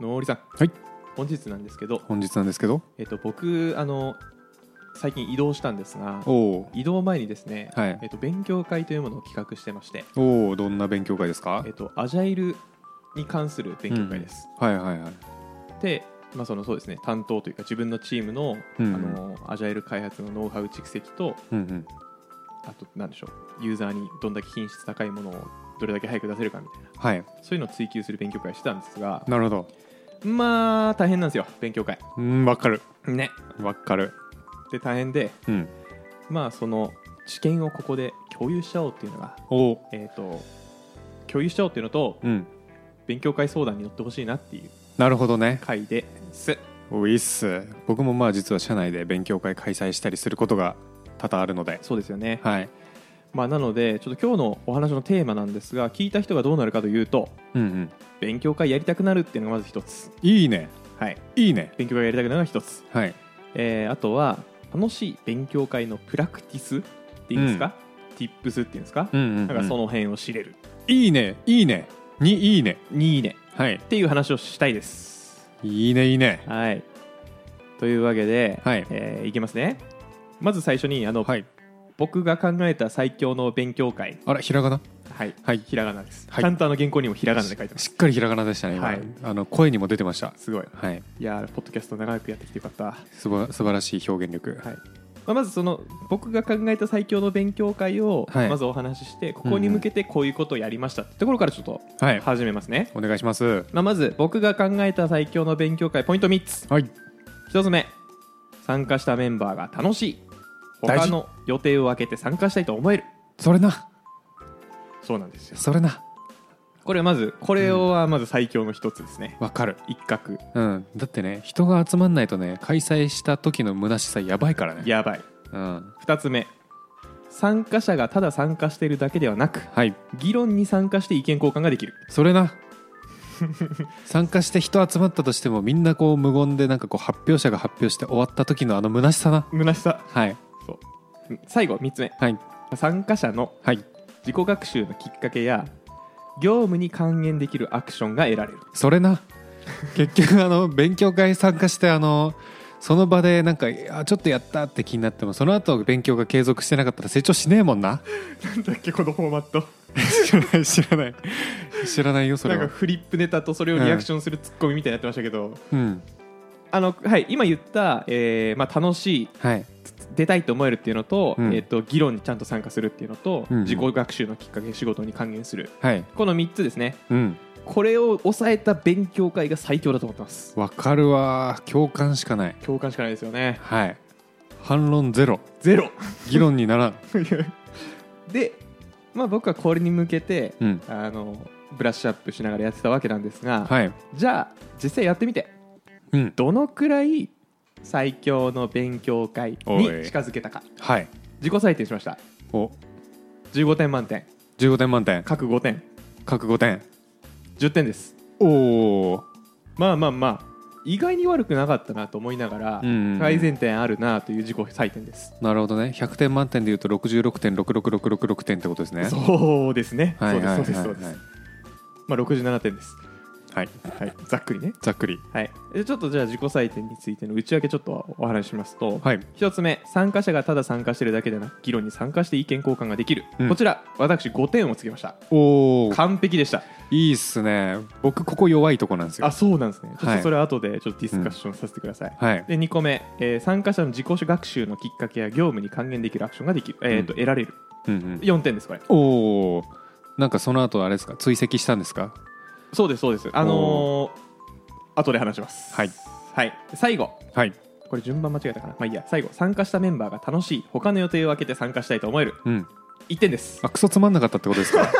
のーりさんはい本日なんですけど、本日なんですけどえっと、僕あの最近移動したんですがおお移動前にですね、はいえっと、勉強会というものを企画してまして、おおどんな勉強会ですかえっと、アジャイルに関する勉強会です、はいはいはいで、まあ、そのそうですね担当というか自分のチームの,、うんあのアジャイル開発のノウハウ蓄積とうんあと何でしょうユーザーにどんだけ品質高いものをどれだけ早く出せるかみたいなうんはいそういうのを追求する勉強会してたんですがなるほどまあ大変なんですよ勉強会うんわかるねわかるで大変でうんまあその知見をここで共有しちゃおうっていうのがおおえっ、と共有しちゃおうっていうのとうん勉強会相談に乗ってほしいなっていうなるほどね回ですおいっす僕もまあ実は社内で勉強会開催したりすることが多々あるのでそうですよね、はいまあ、なのでちょっと今日のお話のテーマなんですが聞いた人がどうなるかというとうんうん勉強会やりたくなるっていうのがまず一ついいねはいいいね勉強会やりたくなるのが一つ、はいえーあとは楽しい勉強会のプラクティスっていうんですか、tips っていうんですか、うんうん、うん、なんかその辺を知れるいいねいいねにいいねいいねはいっていう話をしたいですいいねいいねはい。というわけで、はいえーいきますね。まず最初にあの、はい僕が考えた最強の勉強会、あらひらがなはい、はいひらがなです、はいちゃんとあの原稿にもひらがなで書いてます。しっかりひらがなでしたね今、はいあの声にも出てましたすごい。はいいやーポッドキャスト長くやってきてよかった。はすば素晴らしい表現力い。まあ、まずその僕が考えた最強の勉強会をはいまずお話しして、ここに向けてこういうことをやりましたってところからちょっとはい始めますね。お願いしますまあ、まず僕が考えた最強の勉強会ポイント3つ。はい1つ目参加したメンバーが楽しい大他事の予定を空けて参加したいと思えるそれなそうなんですよそれなこれまずこれはまず最強の一つですね、わかる一角うんだってね人が集まんないとね開催した時の虚しさやばいからねやばいうん二つ目参加者がただ参加しているだけではなくはい議論に参加して意見交換ができるそれ な参加して人集まったとしてもみんなこう無言でなんかこう発表者が発表して終わった時のあの虚しさな虚しさはいそううん最後三つ目はい参加者のはい自己学習のきっかけや業務に還元できるアクションが得られるそれな結局あ の勉強会参加してあのその場でなんかあちょっとやったって気になってもその後勉強が継続してなかったら成長しねえもんな なんだっけこのフォーマット 知らない知らない知らないよそれなんかはフリップネタとそれをリアクションするツッコミみたいになってましたけど、うんあのはい、今言った、えーまあ、楽しいはい出たいと思えるっていうのと,、うんえー、と議論にちゃんと参加するっていうのと、うんうん自己学習のきっかけ仕事に還元するはいこの3つですねうんこれを抑えた勉強会が最強だと思ってますわかるわ共感しかない共感しかないですよねはい反論ゼロゼロ 議論にならんで、まあ、僕はこれに向けて、 うんあのブラッシュアップしながらやってたわけなんですが、はいじゃあ実際やってみてうんどのくらい最強の勉強会おにい近づけたかはい自己採点しましたお15点満点15点満点各5点各5点10点ですおおまあまあまあ意外に悪くなかったなと思いながら、うんうん改善点あるなという自己採点です、なるほどね100点満点でいうと66.66666点ってことですねそうですね、はいはいはいそうですそうですそうです、まあ、67点です、はいはい、ざっくりねざっくりはいでちょっとじゃあ自己採点についての内訳ちょっとお話ししますと、はい1つ目参加者がただ参加してるだけでなく議論に参加して意見交換ができる、うんこちら私5点をつけましたおお完璧でしたいいっすね僕ここ弱いとこなんですよあそうなんですねちょっはといそれは後でちょっとディスカッションさせてください、はいで2個目、えー参加者の自己学習のきっかけや業務に還元できるアクションができる、えーとう得られるうんうん4点ですこれおおなんかその後あれですか追跡したんですかそうですそうですあのー、後で話しますはい、はい、最後はいこれ順番間違えたかなまあいいや最後参加したメンバーが楽しい他の予定を空けて参加したいと思えるうん1点ですあクソつまんなかったってことですか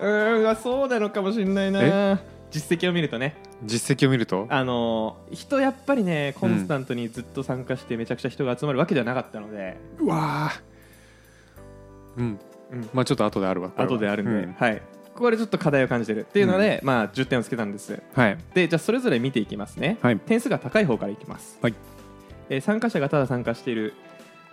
うーんあそうなのかもしれないな実績を見るとね実績を見るとあのー人やっぱりねコンスタントにずっと参加してめちゃくちゃ人が集まるわけではなかったので、うわーうんうんまあちょっと後であるわこれは後であるんで、うんはいこれちょっと課題を感じてるっていうので、まあ10点をつけたんですはいでじゃあそれぞれ見ていきますね、はい点数が高い方からいきます、はいえー参加者がただ参加している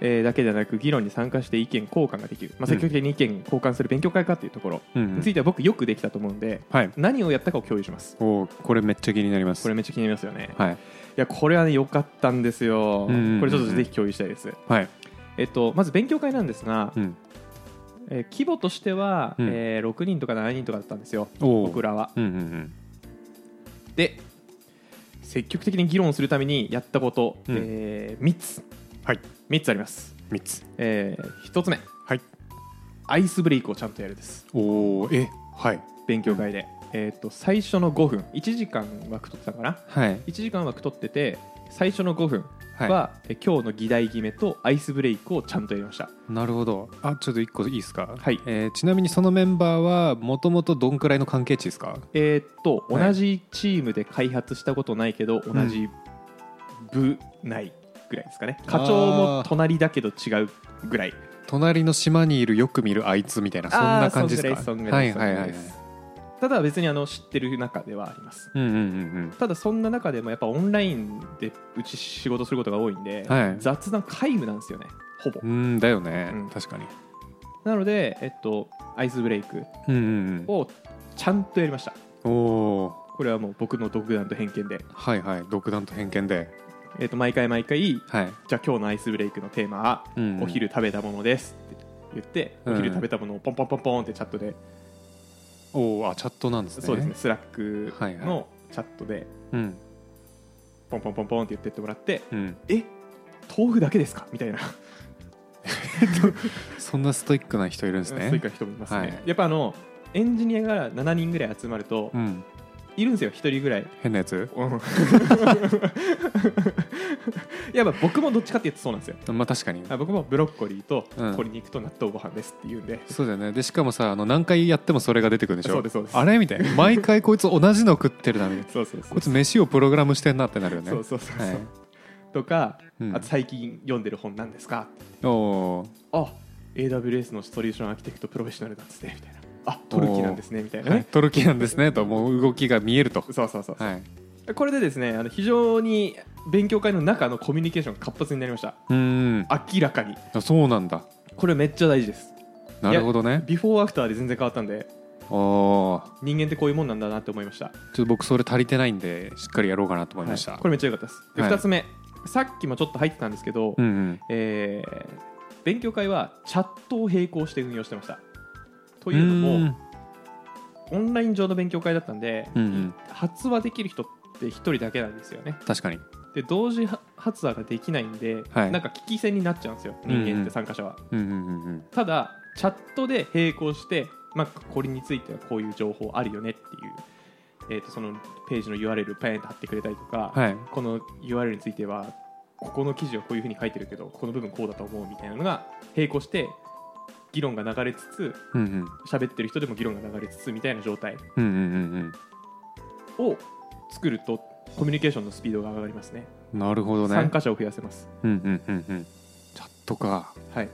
えーだけでなく議論に参加して意見交換ができる、まあ、積極的に意見交換する勉強会かっていうところうんうにんついては僕よくできたと思うんではい何をやったかを共有しますおーこれめっちゃ気になりますこれめっちゃ気になりますよね、い、はいやこれはね良かったんですよ、うんうんうんうんこれちょっとぜひ共有したいですはいえっとまず勉強会なんですが、うんえー規模としては、うんえー6人とか7人とかだったんですよおお僕らはうんうんうんで積極的に議論するためにやったこと、うんえ3つはい3つあります、三つえ1つ目はいアイスブレイクをちゃんとやるですおおえはい勉強会で、えっと最初の5分1時間枠取ってたかなはい1時間枠取ってて最初の5分は、はえ今日の議題決めとアイスブレイクをちゃんとやりましたいなるほどあちょっと一個いいですかはいえーちなみにそのメンバーはもともとどんくらいの関係値ですかえーっと、はい同じチームで開発したことないけど同じ部内ぐらいですかね、課長も隣だけど違うぐらい隣の島にいるよく見るあいつみたいなそんあーな感じですかそんぐはらいいそんぐはらいいはいですただ別にあの知ってる中ではありますうんうんうんただそんな中でもやっぱオンラインでうち仕事することが多いんで、はい雑談皆無なんですよねほぼ、うんうんだよね、うん確かになので、えっと、アイスブレイクうんうんをちゃんとやりましたうんおーこれはもう僕の独断と偏見で、はいはい独断と偏見でえっと、毎回毎回はい、じゃあ今日のアイスブレイクのテーマはうんお昼食べたものですって言って、うんお昼食べたものをポンポンポンポンってチャットで、おーあチャットなんですねそうですね、スラックはいはのチャットで、うんポンポンポンポンって言ってってもらって、うんえ豆腐だけですかみたいな、そんなストイックな人いるんですそうねいう人もいますね。はいやっぱあのエンジニアが7人ぐらい集まると、うんいるんですよ、1人ぐらい。変なやつ やっぱ僕もどっちかって言ってそうなんですよ。まあ確かにあ僕もブロッコリーとうん鶏肉と納豆ご飯ですって言うんで、そうだよねでしかもさあの何回やってもそれが出てくるんでしょそうですそうですあれみ たいな毎回こいつ同じの食ってるなみたいなそうそうそこいうつ飯をプログラムしてんなってなるよねそうそうそうそう、はいとか、うんあと最近読んでる本なんですかおーあ AWS のソリューションアーキテクトプロフェッショナルなんですねみたいなあトルキーなんですねみたいなはいねトルキーなんですねともう動きが見えるとそうそうそう、はいこれでですねあの非常に勉強会の中のコミュニケーションが活発になりましたうーん明らかにあそうなんだこれめっちゃ大事ですなるほどねビフォーアフターで全然変わったんでおー人間ってこういうもんなんだなって思いましたちょっと僕それ足りてないんでしっかりやろうかなと思いました、はいこれめっちゃ良かったですではい2つ目、さっきもちょっと入ってたんですけど、うんうんえー勉強会はチャットを並行して運用してましたとというのもオンライン上の勉強会だったんで、うんうん発話できる人って1人だけなんですよね確かにで同時発話ができないんで、はいなんか聞き戦になっちゃうんですよ人間って参加者は、うんうんうんうんただチャットで並行して、まあ、これについてはこういう情報あるよねっていう、えー、とそのページの URL パーンと貼ってくれたりとか、はいこの URL についてはここの記事はこういうふうに書いてるけどここの部分こうだと思うみたいなのが並行して議論が流れつつうんうん喋ってる人でも議論が流れつつみたいな状態うんうんうんを作るとコミュニケーションのスピードが上がりますねうんなるほどね参加者を増やせますうんうんうんうんチャットかはい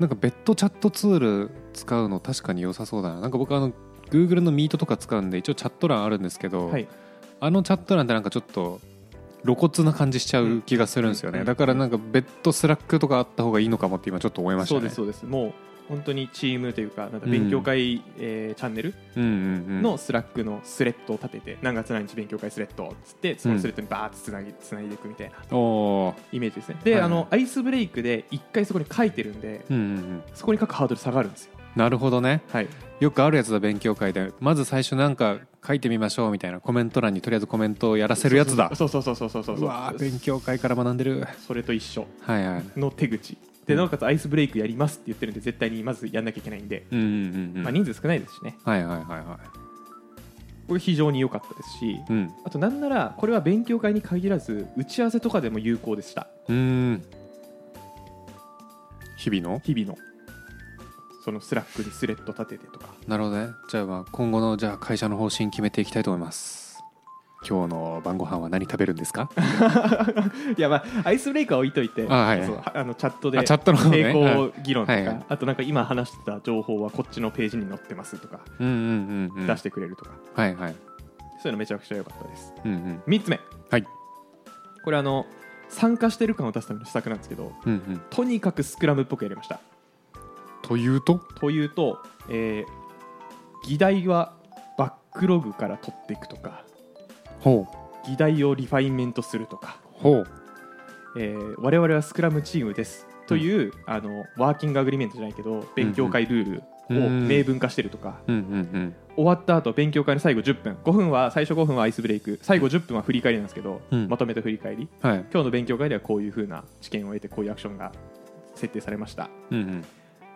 なんか別途チャットツール使うの確かに良さそうだななんか僕あの Google の Meet とか使うんで一応チャット欄あるんですけど、はいあのチャット欄ってなんかちょっと露骨な感じしちゃう気がするんですよね、うんだからなんか別途スラックとかあった方がいいのかもって今ちょっと思いましたそうねですそうですもう本当にチームというかなんか勉強会、えーチャンネルうんうんうんのスラックのスレッドを立てて、何月何日勉強会スレッドっつってそのスレッドにバーッとつなぎつないでいくみたいなおーイメージですねで、はいあのアイスブレイクで一回そこに書いてるんで、うんうんうんそこに書くハードル下がるんですよなるほどねはいよくあるやつだ勉強会でまず最初なんか書いてみましょうみたいなコメント欄にとりあえずコメントをやらせるやつだそうそうそうそうそうそううわー勉強会から学んでるそれと一緒はいはいの手口でなおかつアイスブレイクやりますって言ってるんで絶対にまずやんなきゃいけないんで、うんうんうんまあ、人数少ないですしねはいはいはいはこれ非常に良かったですしいうんあとなんならこれは勉強会に限らず打ち合わせとかでも有効でしたうーん日々の日々のそのスラックにスレッド立ててとかなるほどねじゃあまあ今後のじゃあ会社の方針決めていきたいと思います今日の晩ご飯は何食べるんですか いやまあアイスブレイクは置いといてあはいはいそうはあのチャットであチャットの方ね並行議論とか、はいはいあとなんか今話してた情報はこっちのページに載ってますとか、うんうんうん、うん、出してくれるとかはいはいそういうのめちゃくちゃ良かったですうんうん3つ目はいこれあの参加してる感を出すための施策なんですけどうんうん、とにかくスクラムっぽくやりましたというとというと、えー議題はバックログから取っていくとかほう議題をリファインメントするとか、ほうえー我々はスクラムチームですという、あのワーキングアグリメントじゃないけど勉強会ルールを明文化してるとか、うんうん終わった後勉強会の最後10分5分は最初5分はアイスブレイク最後10分は振り返りなんですけど、うんまとめた振り返りうんはい今日の勉強会ではこういうふうな知見を得てこういうアクションが設定されましたうんうん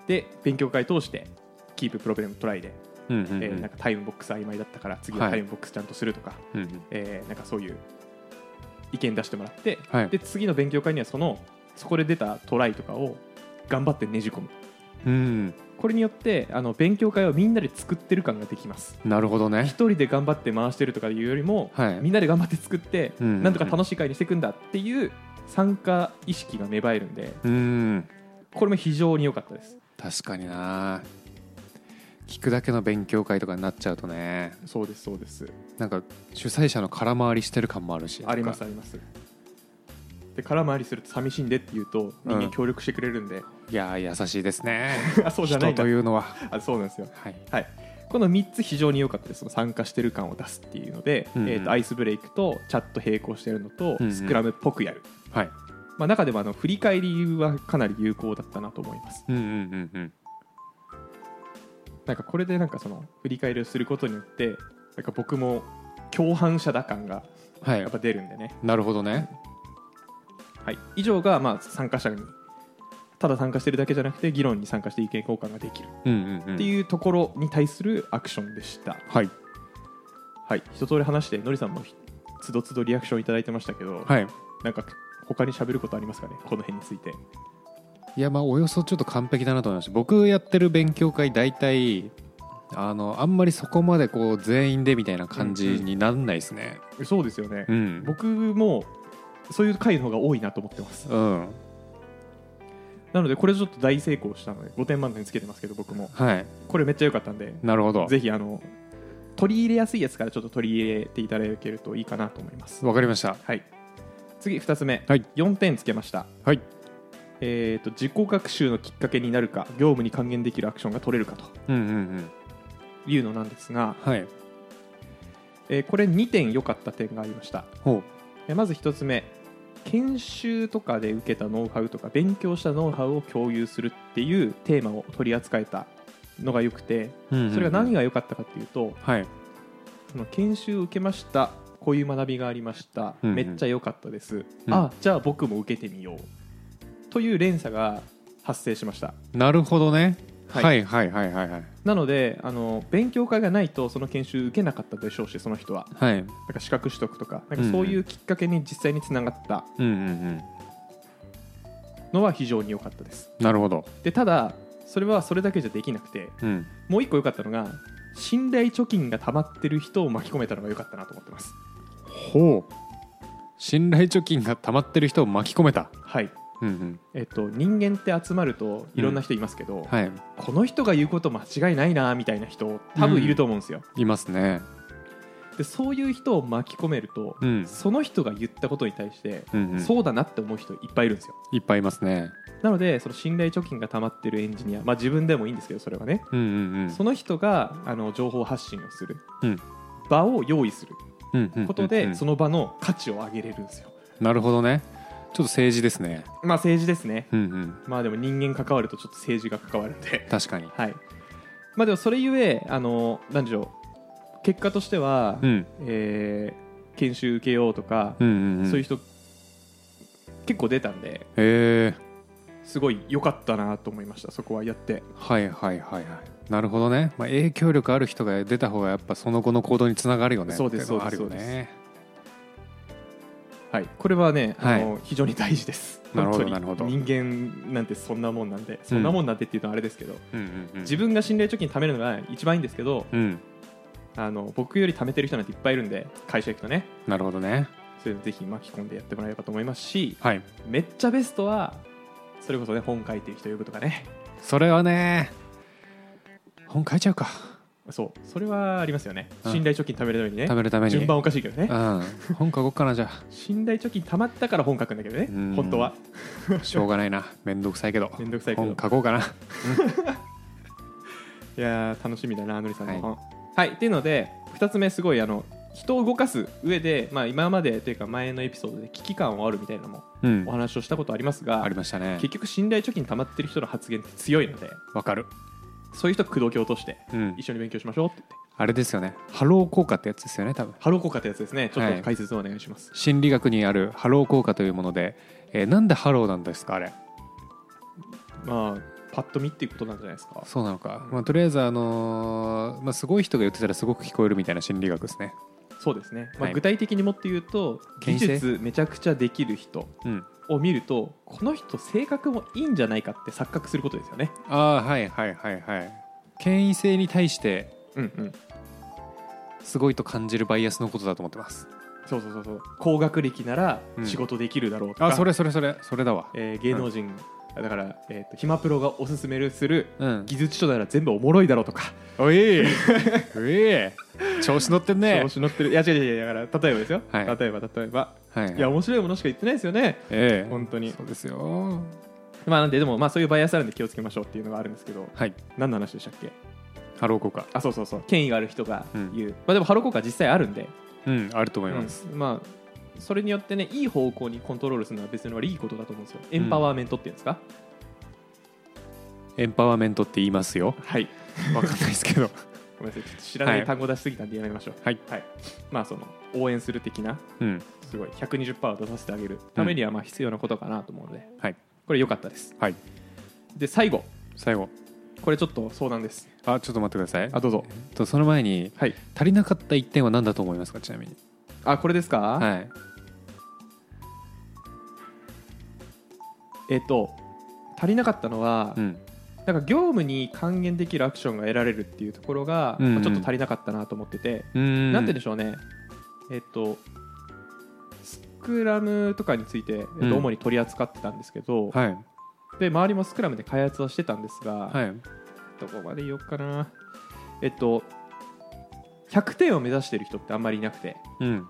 で勉強会通してキーププロブレムトライで、うんうんうんえーなんかタイムボックス曖昧だったから次はタイムボックスちゃんとするとか、うんうんえーなんかそういう意見出してもらって、はいで次の勉強会にはそのそこで出たトライとかを頑張ってねじ込むうんこれによってあの勉強会をみんなで作ってる感ができますなるほど一ね人で頑張って回してるとかいうよりも、はいみんなで頑張って作って、うんうんうんなんとか楽しい会にしていくんだっていう参加意識が芽生えるんでうんこれも非常に良かったです確かにな聞くだけの勉強会とかになっちゃうとねそうですそうですなんか主催者の空回りしてる感もあるしありますありますで空回りすると寂しいんでって言うと人う間ん協力してくれるんで、 いやー優しいです ねあそうじゃな人いんだというのはあそうなんですよはいはいこの3つ非常に良かったですその参加してる感を出すっていうので、うんうんえーとアイスブレイクとチャット並行してやるのと、うんうんスクラムっぽくやる、はいまあ、中でもあの振り返りはかなり有効だったなと思いますうんうんうんうんなんかこれでなんかその振り返りをすることによってなんか僕も共犯者だ感がはやっいぱ出るんでね、なるほどねはい、以上がまあ参加者にただ参加してるだけじゃなくて議論に参加して意見交換ができるうんうんうんっていうところに対するアクションでした、はいはい、一通り話してのりさんもひつどつどリアクションいただいてましたけど、はいなんか他に喋ることありますかねこの辺についていやまあおよそちょっと完璧だなと思いました僕やってる勉強会大体あのあんまりそこまでこう全員でみたいな感じになんないですねそうですよね、うん僕もそういう回の方が多いなと思ってますうんなのでこれちょっと大成功したので5点満点つけてますけど僕もはいこれめっちゃ良かったんでなるほどぜひあの取り入れやすいやつからちょっと取り入れていただけるといいかなと思います。わかりましたはい、次2つ目、はい4点つけました、はいえーと。自己学習のきっかけになるか、業務に還元できるアクションが取れるかとうんうんうんいうのなんですが、はいえーこれ2点良かった点がありました。ほえーまず1つ目、研修とかで受けたノウハウとか、勉強したノウハウを共有するっていうテーマを取り扱えたのが良くて、う、うんうんうんそれが何が良かったかっていうと、はいその研修受けましたこういう学びがありました、うんうんめっちゃ良かったです、うんあじゃあ僕も受けてみようという連鎖が発生しましたなるほどねははいいはいはいはいはいなのであの勉強会がないとその研修受けなかったでしょうしその人ははいうんなんか資格取得とかなんかそういうきっかけに実際につながったうんうんのは非常に良かったですなるほどでただそれはそれだけじゃできなくてうんもう一個良かったのが信頼貯金が溜まってる人を巻き込めたのが良かったなと思ってますほう信頼貯金が溜まってる人を巻き込めたはいうんえっと人間って集まるといろんな人いますけど、うんはいこの人が言うこと間違いないなみたいな人多分いると思うんですよ、いますねでそういう人を巻き込めると、うんその人が言ったことに対して、うんうんそうだなって思う人いっぱいいるんですよいっぱいいますねなのでその信頼貯金が溜まってるエンジニア、まあ、自分でもいいんですけどそれはね、うんうんその人があの情報発信をする、うん場を用意するうんうんうんうんことで、その場の価値を上げれるんですよなるほどねちょっと政治ですねまあ政治ですねうんうんまあでも人間関わるとちょっと政治が関わるんで 確かにはい、まあでもそれゆえあの何でしょう結果としては、うんえー研修受けようとかう、んうんそういう人人結構出たんでへえすごい良かったなと思いましたそこはやってはいはいはいはいなるほどね、まあ、影響力ある人が出た方がやっぱその後の行動につながるよねそうですっていのはあるよそうですねはいこれはね、はいあの非常に大事です なるほ本当どになるほど人間なんてそんなもんなんでそんなもんなんでっていうのはあれですけど、うんうんうん自分が信頼貯金貯めるのが一番いいんですけど、うんあの僕より貯めてる人なんていっぱいいるんで会社行くとねなるほどねそれぜひ巻き込んでやってもらえればと思いますしはいめっちゃベストはそれこそね本書いてる人呼ぶとかねそれはね本書いちゃうかそうそれはありますよねうん信頼貯金貯めるためにね食べるために順番おかしいけどねうん本書こうかなじゃあ信頼貯金貯まったから本書くんだけどねうん本当はしょうがないなめんどくさいけどめんどくさいけど本書こうかないやー楽しみだなのりさんの本はい、っていうので2つ目すごいあの人を動かす上で、まあ、今までというか前のエピソードで危機感をあるみたいなのもうんお話をしたことありますが、ありましたね結局信頼貯金溜まってる人の発言って強いのでわかるそういう人口説き落としてうん一緒に勉強しましょうって言ってあれですよねハロー効果ってやつですよね多分ハロー効果ってやつですねちょっはとい解説をお願いします、心理学にあるハロー効果というもので、えーなんでハローなんですかあれまあパッと見っていうことなんじゃないですかそうなのか、まあ、とりあえず、あのーまあ、すごい人が言ってたらすごく聞こえるみたいな心理学ですねそうですね、まはあ、い具体的にもって言うと技牽制術めちゃくちゃできる人うんを見るとこの人性格もいいんじゃないかって錯覚することですよねああはいはいはいはい権威性に対してうんうんすごいと感じるバイアスのことだと思ってますそうそうそうそう高学歴ならうん仕事できるだろうとか、あそれそれそれそれだわえー芸能人、だから、えー、と暇プロがおすすめるするうん技術書なら全部おもろいだろうとかおいおい調子乗ってんね調子乗ってるいや違う違う違うだから例えばですよ、はい例えば例えばはいいや面白いものしか言ってないですよねええ本当にそうですよまあなんででもまあそういうバイアスあるんで気をつけましょうっていうのがあるんですけどはい何の話でしたっけハロー効果あそうそうそう権威がある人が言う、まあでもハロー効果は実際あるんで、うんあると思いうんます、まあそれによってねいい方向にコントロールするのは別に悪いことだと思うんですよエンパワーメントっていうんですか、エンパワーメントって言いますよはいわかんないですけどごめんなさいちょっと知らなはいい単語出しすぎたんでやめましょう はい、まあその応援する的なうんすごい120%を出させてあげるためにはまあ必要なことかなと思うので、はいこれ良かったですはいで最後最後これちょっと相談ですあちょっと待ってくださいあどうぞとその前にはい足りなかった1点は何だと思いますかちなみにあこれですか、はいえっ、と足りなかったのは、うんなんか業務に還元できるアクションが得られるっていうところが、うんうんまあちょっと足りなかったなと思ってて、うんなんて言うんでしょうねえっ、とスクラムとかについて、えっとうん主に取り扱ってたんですけど、はいで周りもスクラムで開発はしてたんですが、はいどこまで言おうかなえっと100点を目指してる人ってあんまりいなくてうん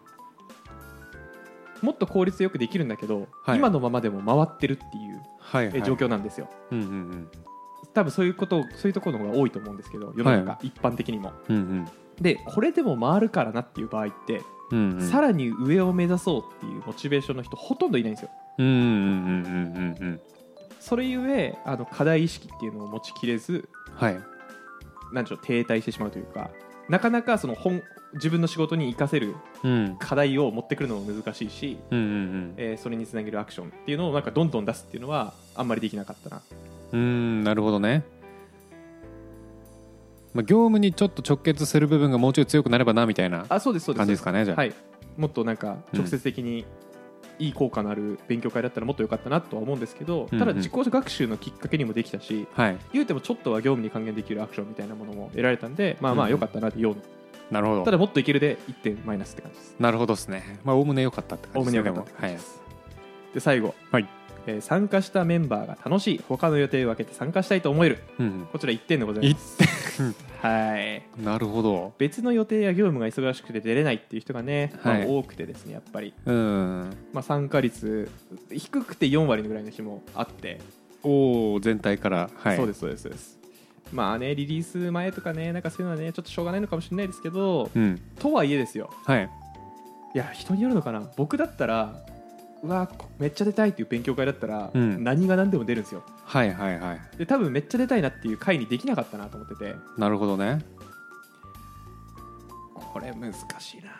もっと効率よくできるんだけど、はい今のままでも回ってるっていうはいはえい状況なんですよ、うんうん多分そういうことそういうところの方が多いと思うんですけど世の中、は一般的にもうんうんでこれでも回るからなっていう場合って、うんうんさらに上を目指そうっていうモチベーションの人ほとんどいないんですようんうんうんうんうんうんそれゆえあの課題意識っていうのを持ちきれずはいなんでしょう停滞してしまうというかなかなかその本自分の仕事に生かせるうん課題を持ってくるのも難しいし、うんうんえーそれにつなげるアクションっていうのをなんかどんどん出すっていうのはあんまりできなかったなうんうんなるほどねまあ業務にちょっと直結する部分がもうちょい強くなればなみたいなあそうですそうです感じですかねじゃあはい、もっとなんかうん直接的にいい効果のある勉強会だったらもっと良かったなとは思うんですけど、うんうんただ自己学習のきっかけにもできたしはい言うてもちょっとは業務に還元できるアクションみたいなものも得られたんでまあまうあん良かったなって4、なるほたどだもっといけるで1点マイナスって感じですなるほどですねまあおおむね良かったってお感おむじねで良すかねったって感じでもはいです、で最後、はいえー参加したメンバーが楽しい他の予定を分けて参加したいと思えるうんこちら1点でございますはいうんなるほど別の予定や業務が忙しくて出れないっていう人がね、はまいあ多くてですねやっぱり、うんまあ、参加率低くて4割ぐらいの日もあって、おお全体からはいそうですそうですそうですまあねリリース前とかねなんかそういうのはねちょっとしょうがないのかもしれないですけど、うんとはいえですよはいいや人によるのかな僕だったらうわこめっちゃ出たいっていう勉強会だったら、うん何が何でも出るんですよはいはいはいで多分めっちゃ出たいなっていう回にできなかったなと思っててなるほどねこれ難しいなっ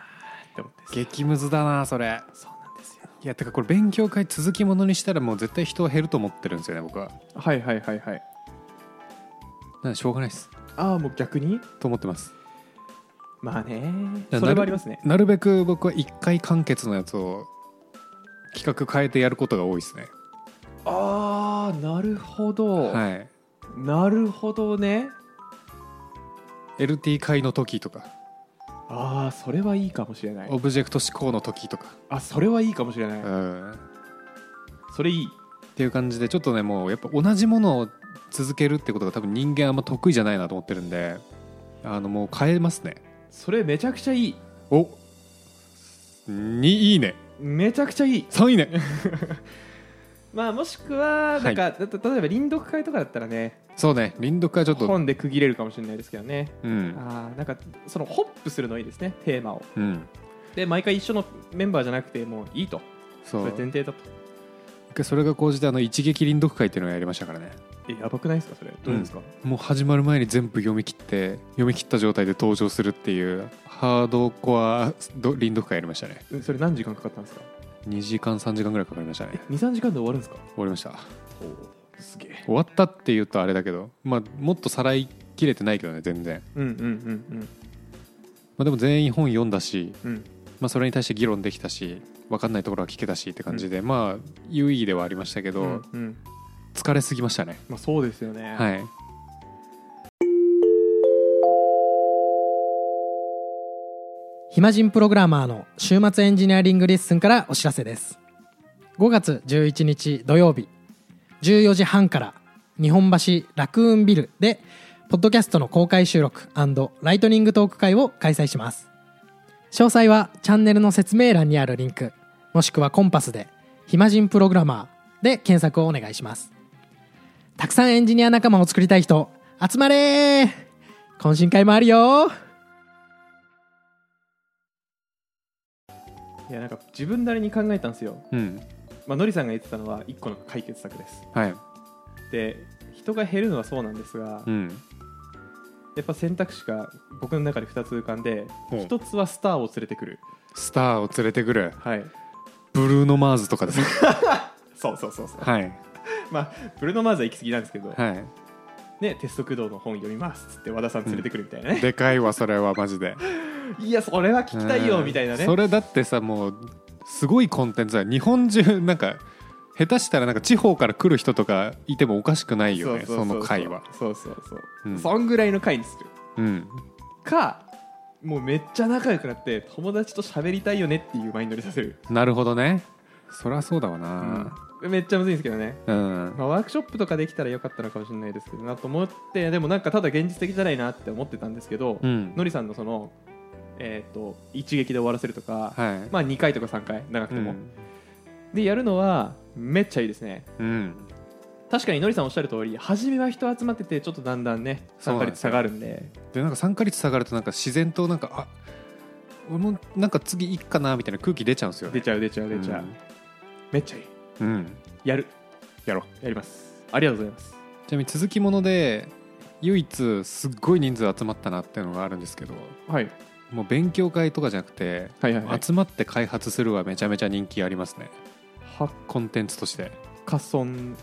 て思って激ムズだなそれそうなんですよいやてかこれ勉強会続きものにしたらもう絶対人は減ると思ってるんですよね僕ははいはいはいはいなんでしょうがないですああもう逆にと思ってますまあねやそれなるはありますねなるべく僕は一回完結のやつを企画変えてやることが多いですねああなるほど、はいなるほどね LT 会の時とかああそれはいいかもしれないオブジェクト思考の時とかあそれはいいかもしれない、うんっそれいいていう感じでちょっとねもうやっぱ同じものを続けるってことが多分人間あんま得意じゃないなと思ってるんであのもう変えますねそれめちゃくちゃいいお2いいねめちゃくちゃいい3いいね まあもしくはなんか、だと例えば臨読会とかだったらねそうね林読はちょっと本で区切れるかもしれないですけどねうんあーなんかそのホップするのいいですねテーマをうんで毎回一緒のメンバーじゃなくてもういいとそそれう前提だと一回それが講じてあの一撃林読会っていうのをやりましたからねえやばくないですかそれどうですか、もう始まる前に全部読み切って読み切った状態で登場するっていうハードコアど林読会やりましたねうんそれ何時間かかったんですか2時間3時間ぐらいかかりましたね23時間で終わるんですか終わりましたおすげえ終わったっていうとあれだけど、まあ、もっとさらいきれてないけどね全然、うんうんまあ、でも全員本読んだし、うんうんうんまあ、それに対して議論できたし分かんないところは聞けたしって感じで、まあ有意義ではありましたけど、うんうん疲れすぎましたねまあそうですよねはい暇人プログラマーの週末エンジニアリングレッスンからお知らせです5月11日土曜日14時半から日本橋ラクーンビルでポッドキャストの公開収録ライトニングトーク会を開催します詳細はチャンネルの説明欄にあるリンクもしくはコンパスで「暇人プログラマー」で検索をお願いしますたくさんエンジニア仲間を作りたい人集まれー懇親会もあるよーいやなんか自分なりに考えたんですよ、うんまあのりさんが言ってたのは一個の解決策ですはいで人が減るのはそうなんですが、うんやっぱ選択肢が僕の中で2つ浮かんでうん1つはスターを連れてくるスターを連れてくるはいブルーノ・マーズと かですねそうそうそうそう はいまあブルーノ・マーズは行き過ぎなんですけど、はね、テスト駆動の本読みますっつって和田さん連れてくるみたいなねい、でかいわそれはマジで いやそれは聞きたいよみたいなうねんそれだってさもうすごいコンテンツだよ日本中なんか下手したらなんか地方から来る人とかいてもおかしくないうよねうううその回はそうそうそう、うんそんぐらいの回にするうんかもうめっちゃ仲良くなって友達と喋りたいよねっていうマインドにさせる、なるほどねそりゃそうだわなめっちゃむずいんですけどね、うん、まあ、ワークショップとかできたらよかったのかもしれないですけどなと思ってでもなんかただ現実的じゃないなって思ってたんですけど、うんのりさんのその、えー、と一撃で終わらせるとか、はいまあ、2回とか3回長くうても、ん、でやるのはめっちゃいいですねうん、確かにのりさんおっしゃる通り初めは人集まっててちょっとだんだんねそ参うな加んで率す下がるんででなんか参加率下がるとなんか自然となんかあ俺もなんか次いっかなみたいな空気出ちゃうんですよ出ねちゃう出ちゃう出ちゃう、めっちゃいいうん、うんやるやろうやりますありがとうございますちなみに続きもので唯一すっごい人数集まったなっていうのがあるんですけどはいもう勉強会とかじゃなくて、はいはいはい集まって開発するはめちゃめちゃ人気ありますねハッコンテンツとしてカソン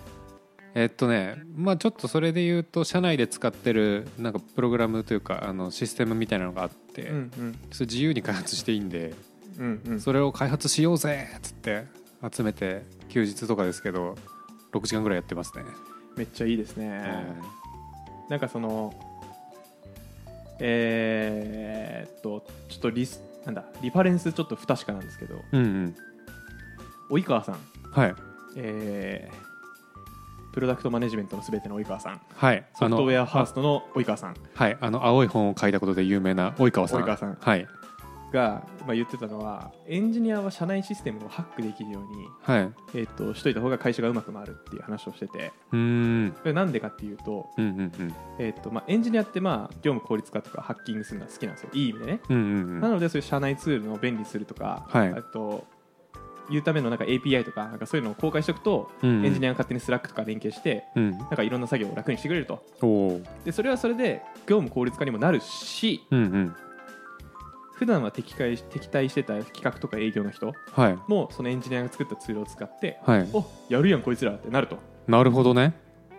えっとねまあちょっとそれで言うと社内で使ってるなんかプログラムというかあのシステムみたいなのがあって、うんうんそれ自由に開発していいんで、うんうんそれを開発しようぜっつって集めて休日とかですけど6時間ぐらいやってますね、めっちゃいいですね、なんかそのえー、っとちょっとリスなんだリファレンスちょっと不確かなんですけどうんうん及川さんはいえープロダクトマネジメントのすべての及川さんはいソフトウェアファースストの及川さんはいあの青い本を書いたことで有名な及川さん及川さんはいが、まあ、言ってたのはエンジニアは社内システムをハックできるように、はいうえっとしといた方が会社がうまく回るっていう話をしててーんこれなんでかっていうと,、うんうんえっとまあ、エンジニアって、まあ、業務効率化とかハッキングするのが好きなんですよいい意味でね、うんうんうんうなんのでそういう社内ツールの便利するとか、はいあというためのなんか API とかなんかそういうのを公開しておくと、うんうんエンジニアが勝手にスラックとか連携してうんなんかいろんな作業を楽にしてくれるとおおーでそれはそれで業務効率化にもなるしうんうん普段は敵対し敵対してた企画とか営業の人はいもそのエンジニアが作ったツールを使って、はいおやるやんこいつらってなるとなるほどね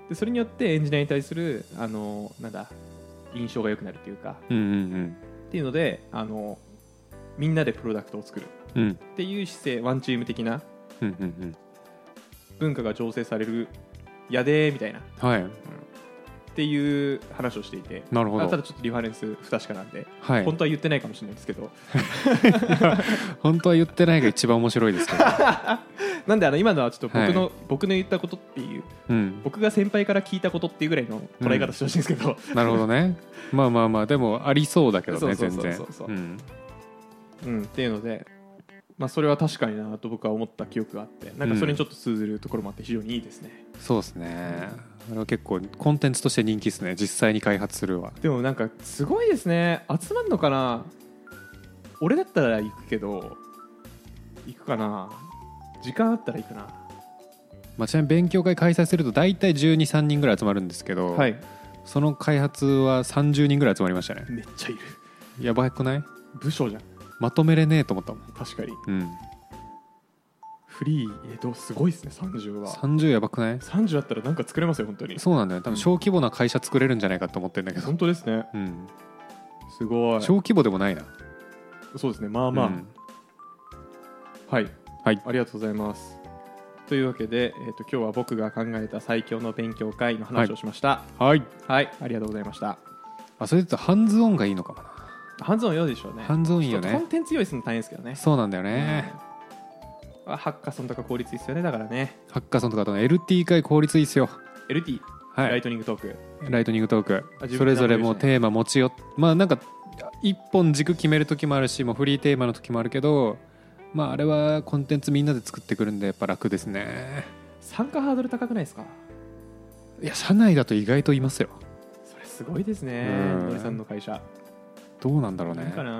でそれによってエンジニアに対するあのなんだ印象が良くなるというかうんうんっていうのであのみんなでプロダクトを作るうんうんっていう姿勢ワンチーム的なうんうん文化が醸成されるやでーみたいなっうんはいていう話をしていてなるほあただどちょっとリファレンス不確かなんで、はい本当は言ってないかもしれないですけど 本当は言ってないが一番面白いですけどなんであの今のはちょっと僕の、は僕の言ったことっていううん、僕が先輩から聞いたことっていうぐらいの捉え方してほしいんですけど、なるほどねまあまあまあでもありそうだけどねそう全そうそう然そうそううんうん、っていうので、まあ、それは確かになと僕は思った記憶があってなんかそれにちょっと通ずるところもあって非常にいいですね、そうですねあれは結構コンテンツとして人気ですね実際に開発するはでもなんかすごいですね集まんのかな俺だったら行くけど行くかな時間あったら行くなまあ、ちなみに勉強会開催すると大体1 2 3人ぐらい集まるんですけど、はいその開発は30人ぐらい集まりましたねめっちゃいるやばくない部署じゃんまとめれねえと思ったもん、確かにうん、フリーえどうすごいですね30は30やばくない30だったらなんか作れますよ本当にそうなんだよ多分小規模な会社作れるんじゃないかと思ってるんだけど本、当ですねうん、すごい小規模でもないなそうですねまあまあ、うんはい、はいありがとうございます。というわけで、えー、と今日は僕が考えた最強の勉強会の話をしました。はいはい、ありがとうございました。あそれで言うとハンズオンがいいのかもなハンズオン良いでしょうね。ハンズオンいいよちょっとコねンテンツ用意するの大変ですけどね。そうなんだよね、うんあハッカソンとか効率いいですよね、だからね。ハッカソンとかあとね LT 会効率いいっすよ LT、はいライトニングトーク。ライトニングトークあ自分でそれぞれもうテーマ持ち寄っまあなんか一本軸決める時もあるしもうフリーテーマの時もあるけどまああれはコンテンツみんなで作ってくるんでやっぱ楽ですね参加ハードル高くないですかいや社内だと意外といますよそれすごいですね、うんのりさんの会社。どうなんだろういるねかな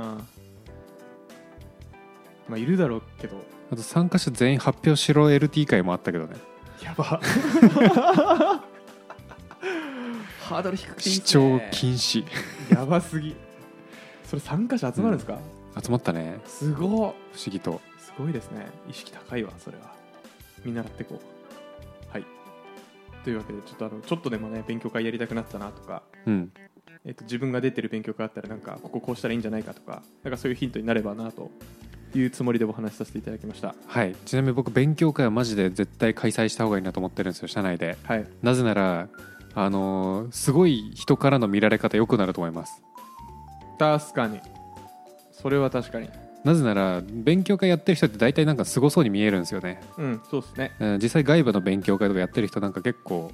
まあ、いるだろうけど、あと参加者全員発表しろ LT 会もあったけどねや ば。ハードル低くていい視っす聴ね禁止やばすぎそれ参加者集まるんですか、集まったねすごっ不思議とすごいですね意識高いわそれは見習ってこうはいというわけでちょっとあのちょっとでもね勉強会やりたくなったなとか、うんえっと自分が出てる勉強会あったらなんかこここうしたらいいんじゃないかとかなんかそういうヒントになればなというつもりでお話しさせていただきましたはいちなみに僕勉強会はマジで絶対開催した方がいいなと思ってるんですよ社内ではいなぜならあのーすごい人からの見られ方良くなると思います確かにそれは確かになぜなら勉強会やってる人って大体なんかすごそうに見えるんですよね、うんそうですねうん実際外部の勉強会とかやってる人なんか結構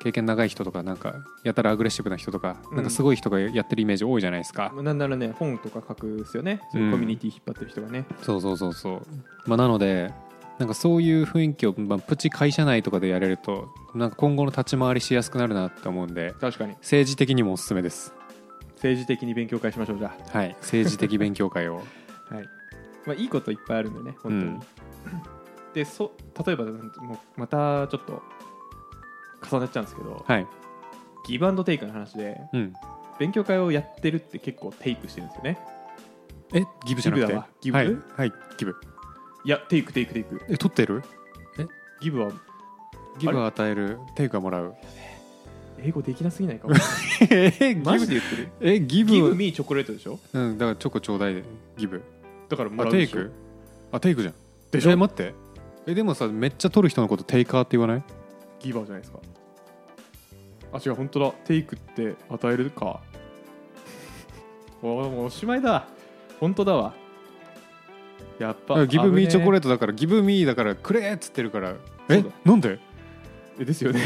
経験長い人とかなんかやたらアグレッシブな人とかうんなんかすごい人がやってるイメージ多いじゃないですか、なんならね本とか書くですよねそういうコミュニティ引っ張ってる人がね、そうそうそうそう、まあ、なのでなんかそういう雰囲気を、まあ、プチ会社内とかでやれるとなんか今後の立ち回りしやすくなるなって思うんで確かに政治的にもおすすめです政治的に勉強会しましょうじゃあはい政治的勉強会 をはいまあ、いいこといっぱいあるんでね、本当に。うん でそ例えばなんもうまたちょっと重なっちゃうんですけど、はいギブアンドテイクの話で、うん勉強会をやってるって結構テイクしてるんですよね。えギブじゃなくギてブだわギブはい、はい、ギブいや、テイク、テイク、テイク。え取ってるギブはギブを与えるテイクはもらう英語できなすぎないか も。えマジで言ってるえギギブ、ブミー、チョコレートでしょうんだからチョコちょうだいギブだからもあらうテでイしょクあテイクじゃんでしょえ待ってえでもさめっちゃ取る人のことテイカーって言わないギバーじゃないですか。あ、違う、本当だ。テイクって与えるか。おもうおしまいだ。本当だわ。やっだかぱ。らギブミーチョコレーートだからギブミーだからくれーっつってるからそえうだなんでト。えですよね。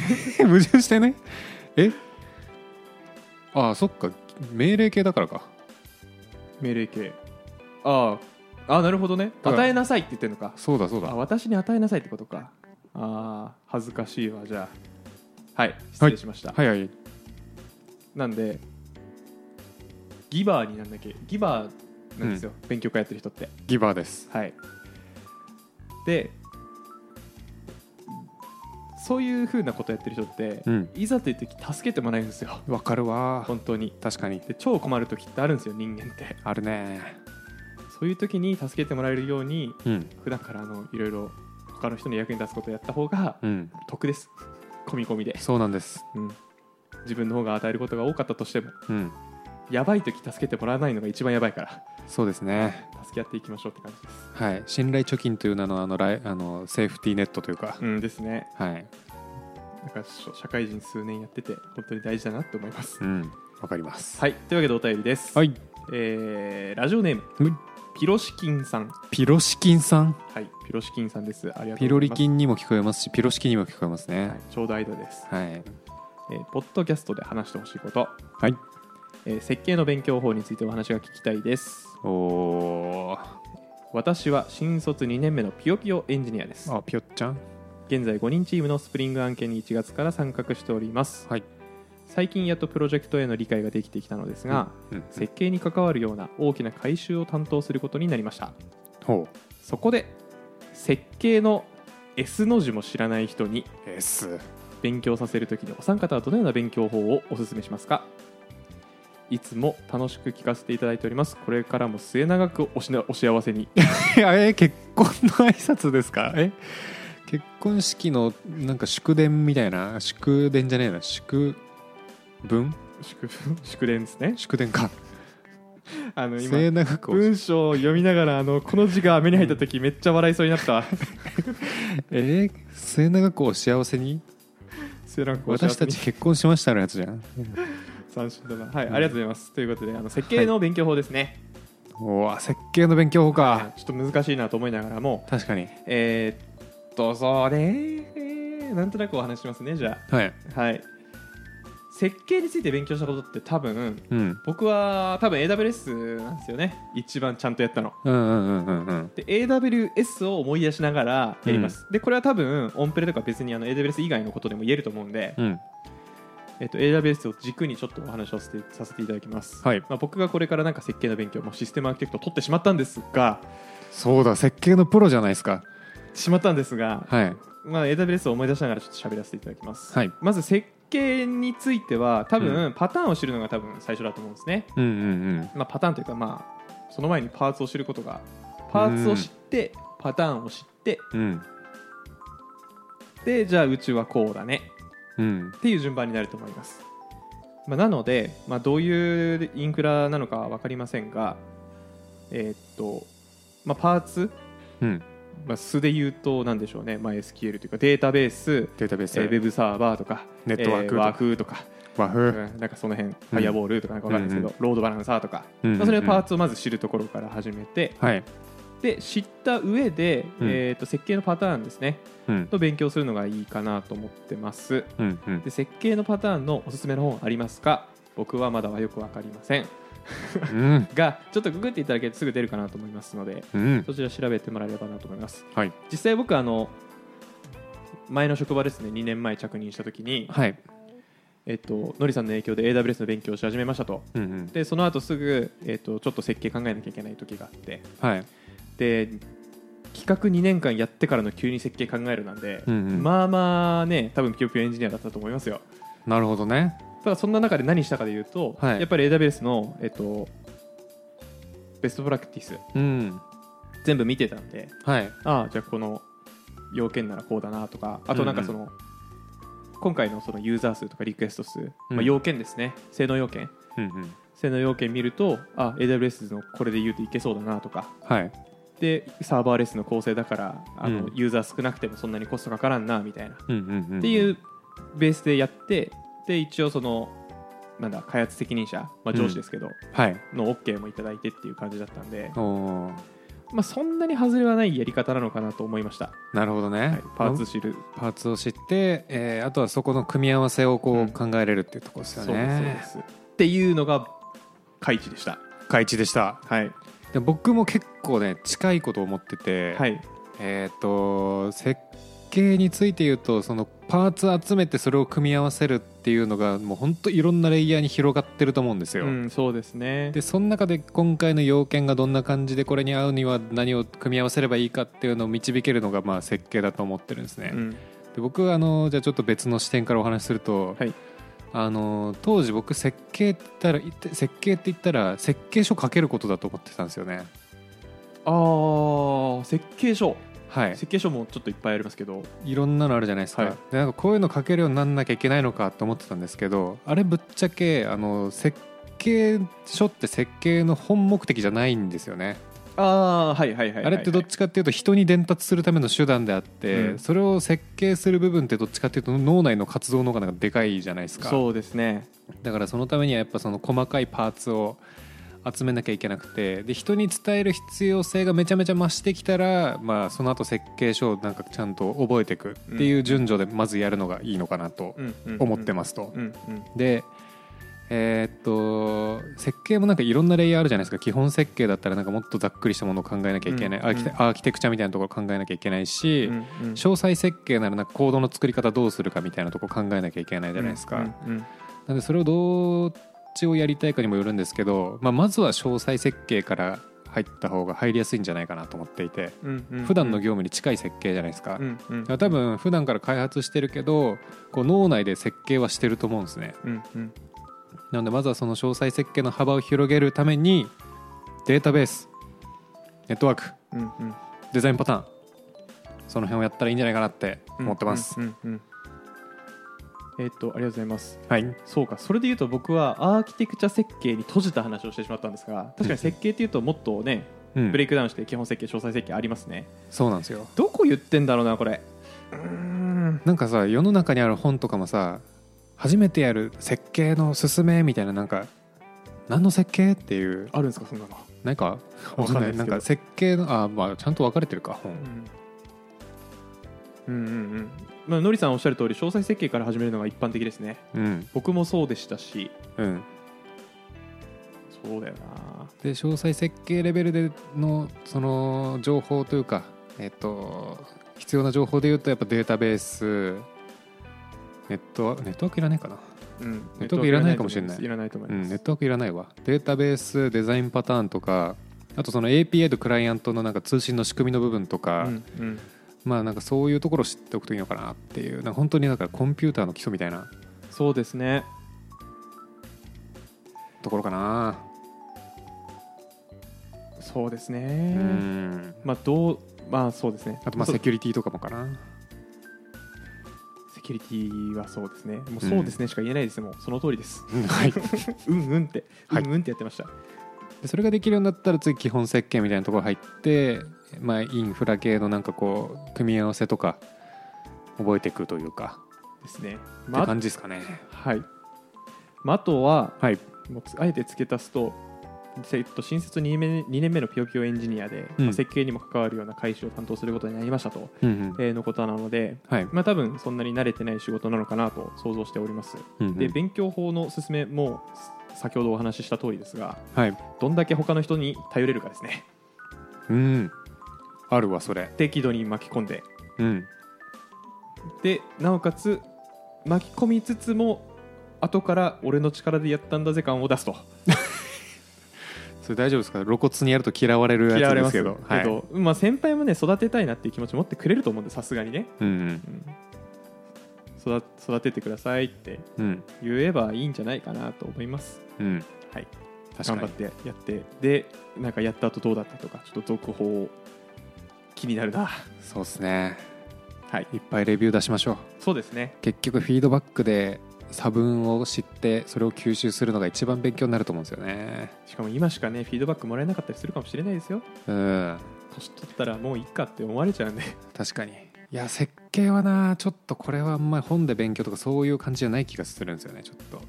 矛盾してねえあそっか命令系だからか命令形。ああ、あなるほどね。だから与えなさいって言ってるのか。そうだそうあ、だ私に与えなさいってことか。ああ、恥ずかしいわ、じゃあ。はい、失礼しました。はいはいなんで、ギバーになんだっけ、ギバーなんですよ、勉強会やってる人って。ギバーですはい、でそういうふうなことやってる人って、うんいざという時助けてもらえるんですよわかるわ本当に確かにで超困る時ってあるんですよ人間ってあるねそういう時に助けてもらえるようにうん普段からあのいろいろ他の人の役に立つことをやった方がうん得です込み込みで、そうなんですうん自分の方が与えることが多かったとしてもうんやばい時助けてもらわないのが一番やばいからそうですね助け合っていきましょうって感じですはい、信頼貯金という名のあのライあのセーフティーネットというか、うんですねはい、なんかしょ社会人数年やってて本当に大事だなって思いますうん、わかります。はい、というわけでお便りです。はい、えーラジオネーム、うんピピロシキンさんピロシキンさんはいピロシキンさんですありがとピうごロざいまリすキンにも聞こえますしピロシキにも聞こえますはいね、ちょうど間です、はいえーポッドキャストで話してほしいこと、はい、えー設計の勉強法についてお話が聞きたいですおおー私は新卒2年目のピヨピヨエンジニアですあぴよっちゃん現在5人チームのスプリング案件に1月から参画しておりますはい最近やっとプロジェクトへの理解ができてきたのですが、うん設計に関わるような大きな改修を担当することになりましたほそこで設計の S の字も知らない人にう S 勉強させるときにお三方はどのような勉強法をお勧めしますかいつも楽しく聞かせていただいておりますこれからも末永くおしなお幸せにいやえ結婚の挨拶ですかえ結婚式のなんか祝電みたいな祝電じゃねえな祝文祝 祝電ですね祝電かあの今末永くお幸せ文章を読みながらあのこの字が目に入った時めっちゃ笑いそうになったえー末永くお幸せに末永くお幸私せたにち結婚しましたのやつじゃん三振だなはい、ありがとうございますということであの設計の勉強法ですね、おお設計の勉強法あかちょっと難しいなと思いながらも確かにえーっとそうねえーなんとなくお話しますねじゃはいあはい設計について勉強したことって多分うん僕は多分 AWS なんですよね一番ちゃんとやったのうんうんうんうんうんで AWS を思い出しながらやります、でこれは多分オンプレとか別にあの AWS 以外のことでも言えると思うんで、うんえっと AWS を軸にちょっとお話をさせてさせていただきます、はいまあ、僕がこれからなんか設計の勉強、まあ、システムアーキテクトを取ってしまったんですがそうだ設計のプロじゃないですかしまったんですが、はいまあ、AWS を思い出しながらちょっと喋らせていただきます、はいまず設計については多分、うパターンを知るのが多分最初だと思うんですね、うんうんまあ、パターンというか、まあ、その前にパーツを知ることがパーツを知って、パターンを知ってうんうんでじゃあ宇宙はこうだねうんっていう順番になると思います、まあ、なので、まあ、どういうインフラなのかは分かりませんがえーっと、まあ、パーツ、うんまあ、素で言うと何でしょうね、まあ、SQL というかデータベースデータベーえーウェブサーバーとかネットワークとえかワークとか、和風うんなんかその辺ファイアボールとかなんかわかんないですけど、うんロードバランサーとか、うんうんうんまあ、それのパーツをまず知るところから始めて、はいで知った上で、うんえーっと設計のパターンですねうんと勉強するのがいいかなと思ってますうんうんで設計のパターンのおすすめの本ありますか僕はまだはよくわかりませんうんがちょっとググっていただけるとすぐ出るかなと思いますのでうんそちら調べてもらえればなと思いますはい実際僕あの前の職場ですね2年前着任した時に、はいえっと、のりさんの影響で AWS の勉強をし始めましたとうんうんでその後すぐ、えっと、ちょっと設計考えなきゃいけない時があってはいで企画2年間やってからの急に設計考えるなんで、うんうんまあまあね多分ピヨピヨエンジニアだったと思いますよなるほどねただそんな中で何したかで言うと、はいやっぱり AWS の、えっと、ベストプラクティスうん全部見てたんではいああじゃあこの要件ならこうだなとかあとなんかその、今回のそのユーザー数とかリクエスト数、うまあ、ん要件ですね性能要件うんうん性能要件見るとあ AWS のこれで言うといけそうだなとかはいでサーバーレスの構成だからあの、うんユーザー少なくてもそんなにコストかからんなみたいなうんうんうんっていうベースでやってで一応そのなんだ開発責任者、まあ、上司ですけど、はいの OK もいただいてっていう感じだったんで、おーまあ、そんなに外れはないやり方なのかなと思いました、なるほどね、はい、パーツ知るパーツを知って、えーあとはそこの組み合わせをこう、うん考えれるっていうところですよそうですそうねですっていうのが開示でした開地でしたはいで僕も結構ね近いことを思ってて、はいえっ、と設計について言うとそのパーツ集めてそれを組み合わせるっていうのがもう本当いろんなレイヤーに広がってると思うんですうよ、んそうですねでその中で今回の要件がどんな感じでこれに合うには何を組み合わせればいいかっていうのを導けるのがまあ設計だと思ってるんですね、うんで僕はあのじゃあちょっと別の視点からお話しすると、はいあの当時僕設計って言ったらいって設計って言ったら設計書書けることだと思ってたんですよねあー設計書はい設計書もちょっといっぱいありますけどいろんなのあるじゃないですか,、はいでなんかこういうの書けるようになんなきゃいけないのかと思ってたんですけどあれぶっちゃけあの設計書って設計の本目的じゃないんですよね、ああーはいはいはいはい、あれってどっちかっていうと人に伝達するための手段であって、うんそれを設計する部分ってどっちかっていうと脳内の活動の方がなんかでかいじゃないですかそうですねだからそのためにはやっぱその細かいパーツを集めなきゃいけなくてで人に伝える必要性がめちゃめちゃ増してきたら、まあ、その後設計書をなんかちゃんと覚えていくっていう順序でまずやるのがいいのかなと思ってますと。うんうんでえーっと設計もなんかいろんなレイヤーあるじゃないですか基本設計だったらなんかもっとざっくりしたものを考えなきゃいけない、うんアーキテアーキテクチャみたいなところ考えなきゃいけないし、うんうん詳細設計ならなんかコードの作り方どうするかみたいなところ考えなきゃいけないじゃないですうか、んうんなんでそれをどっちをやりたいかにもよるんですけど、まあ、まずは詳細設計から入った方が入りやすいんじゃないかなと思っていてうんうん普段の業務に近い設計じゃないですか、うんうんだから多分普段から開発してるけどこう脳内で設計はしてると思うんですねうんうんなのでまずはその詳細設計の幅を広げるためにデータベースネットワークうんうんデザインパターンその辺をやったらいいんじゃないかなって思ってます、うんうんうんえっとありがとうございますはいそうかそれでいうと僕はアーキテクチャ設計に閉じた話をしてしまったんですが確かに設計っていうともっとねうんブレイクダウンして基本設計詳細設計ありますねそうなんですよどこ言ってんだろうなこれうーんなんかさ世の中にある本とかもさ初めてやる設計のすすめみたいななんか何の設計っていうあるんですかそんなのないかわかんないですけどなんか設計のあまあちゃんと分かれてるか本うんうんうんまあのりさんおっしゃる通り詳細設計から始めるのが一般的ですねうん僕もそうでしたしうんそうだよで詳細設計レベルでのその情報というかえっと必要な情報でいうとやっぱデータベースネットワネットワークいらないかな、なうんネットワークいらないかもしれないいらないと思いうまん、すネットワークいらないわデータベースデザインパターンとかあとその API とクライアントのなんか通信の仕組みの部分とか、うんうんまあなんかそういうところを知っておくといいのかなっていうなんか本当になんかコンピューターの基礎みたいなそうですねところかなそうですうねんまあどうまあそうですねあとまあそうセキュリティとかもかなセキュリティはそうですねもうそうですねしか言えないですもうその通りですうんはいうんうんってうはいんうんってやってました でそれができるようになったら次基本設計みたいなところ入って、まあ、インフラ系のなんかこう組み合わせとか覚えていくというか、ですねってまあ感じですかねはいまああとははいもうつあえて付け足すとせっと新卒2年目2年目のピヨピヨエンジニアで、うんまあ設計にも関わるような会社を担当することになりましたと、うんうんえーのことなので、はいまあ、多分そんなに慣れてない仕事なのかなと想像しております、うんうんで勉強法の勧めも先ほどお話しした通りですがはいどんだけ他の人に頼れるかですね うんあるわそれ適度に巻き込んでうんでなおかつ巻き込みつつも後から俺の力でやったんだぜ感を出すとそれ大丈夫ですか露骨にやると嫌われる嫌やわつれでますすけけどど、はいまあ、先輩もね育てたいなっていう気持ち持ってくれると思うんでさすがにね、うんうん育育ててくださいってうんうん言えばいいんじゃないかなと思います、うんはい、確頑かに張ってやってでなんかやった後どうだったとかちょっと続報気にな るなそうですねはいいっぱいレビュー出しましょうそうですね結局フィードバックで差分を知ってそれを吸収するのが一番勉強になると思うんですよねしかも今しかねフィードバックもらえなかったりするかもしれないですようん年取ったらもういいかって思われちゃうんで確かにいや設計はなちょっとこれはあんまり本で勉強とかそういう感じじゃない気がするんですよねちょっと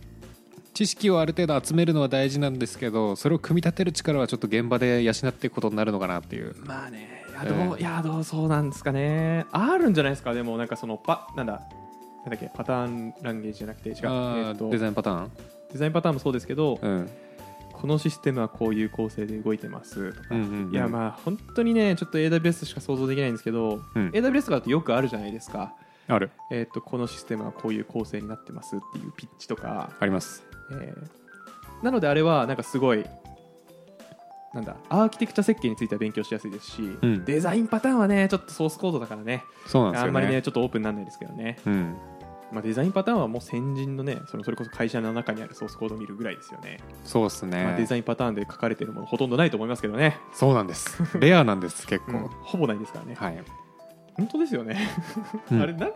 知識をある程度集めるのは大事なんですけどそれを組み立てる力はちょっと現場で養っていくことになるのかなっていうまあねいやえどーう,、いやどうそうなんですかねあるんじゃないですかでもなんかそのパなんだなんだっけパターンランゲージじゃなくて違う、えあーーとデザインパターンデザインパターンもそうですけど、うんこのシステムはこういう構成で動いてますとか、うんうんうんいやまあ本当にねちょっと AWS しか想像できないんですけど、うん AWS とかだとよくあるじゃないですか、あるえー、とこのシステムはこういう構成になってますっていうピッチとか、ありますえーなのであれはなんかすごいなんだアーキテクチャ設計については勉強しやすいですし、んデザインパターンはねちょっとソースコードだからねそうなんですよあねんまりねちょっとオープンにならないですけどね、うんまあ、デザインパターンはもう先人のねそのそれこそ会社の中にあるソースコードを見るぐらいですよねそうですまあ、デねザインパターンで書かれてるものほとんどないと思いますけどね、そうなん ですレアなんです結構ほぼないですからね、はい本当ですよねうんあれな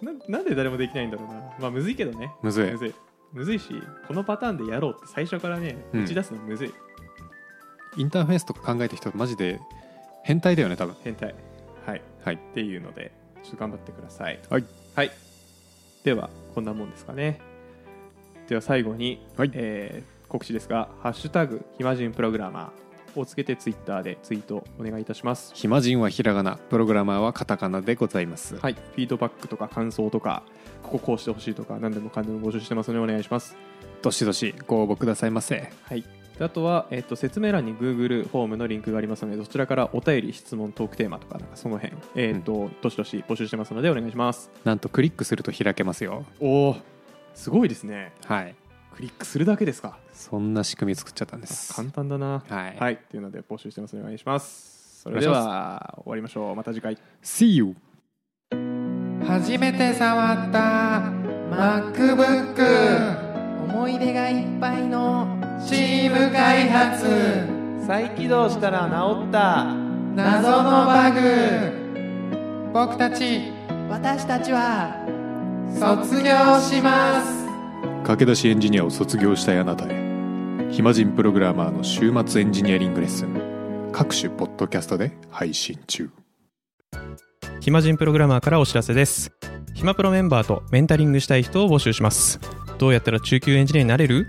ななんで誰もできないんだろうなまあむずいけどねむずいむずいむずいしこのパターンでやろうって最初からねうん打ち出すのむずい、インターフェースとか考えた人マジで変態だよね多分変態はいはいっていうのでちょっと頑張ってくださいはいはいではこんなもんですかねでは最後に、はいえー告知ですが「ハッシュタグ暇人プログラマー」をつけてツイッターでツイートお願いいたします暇人はひらがなプログラマーはカタカナでございますはいフィードバックとか感想とかこここうしてほしいとか何でもかんでも募集してますのでお願いしますどしどしご応募くださいませはいであとは、えっと、説明欄に Google フォームのリンクがありますので、どちらからお便り、質問、トークテーマとか、なんかその辺、えっと、どしどし募集してますので、お願いします。なんとクリックすると開けますよおお、すごいですね。はいクリックするだけですか。そんな仕組み作っちゃったんです簡単だな。はいはい、っていうので募集してますのでお願いします。それ願いでしますは終わりましょう。また次回。 See you 初めて触った MacBook 思い出がいっぱいのチーム開発再起動したら治った謎のバグ僕たち私たちは卒業します駆け出しエンジニアを卒業したいあなたへ暇人プログラマーの週末エンジニアリングレッスン各種ポッドキャストで配信中暇人プログラマーからお知らせです暇プロメンバーとメンタリングしたい人を募集しますどうやったら中級エンジニアになれる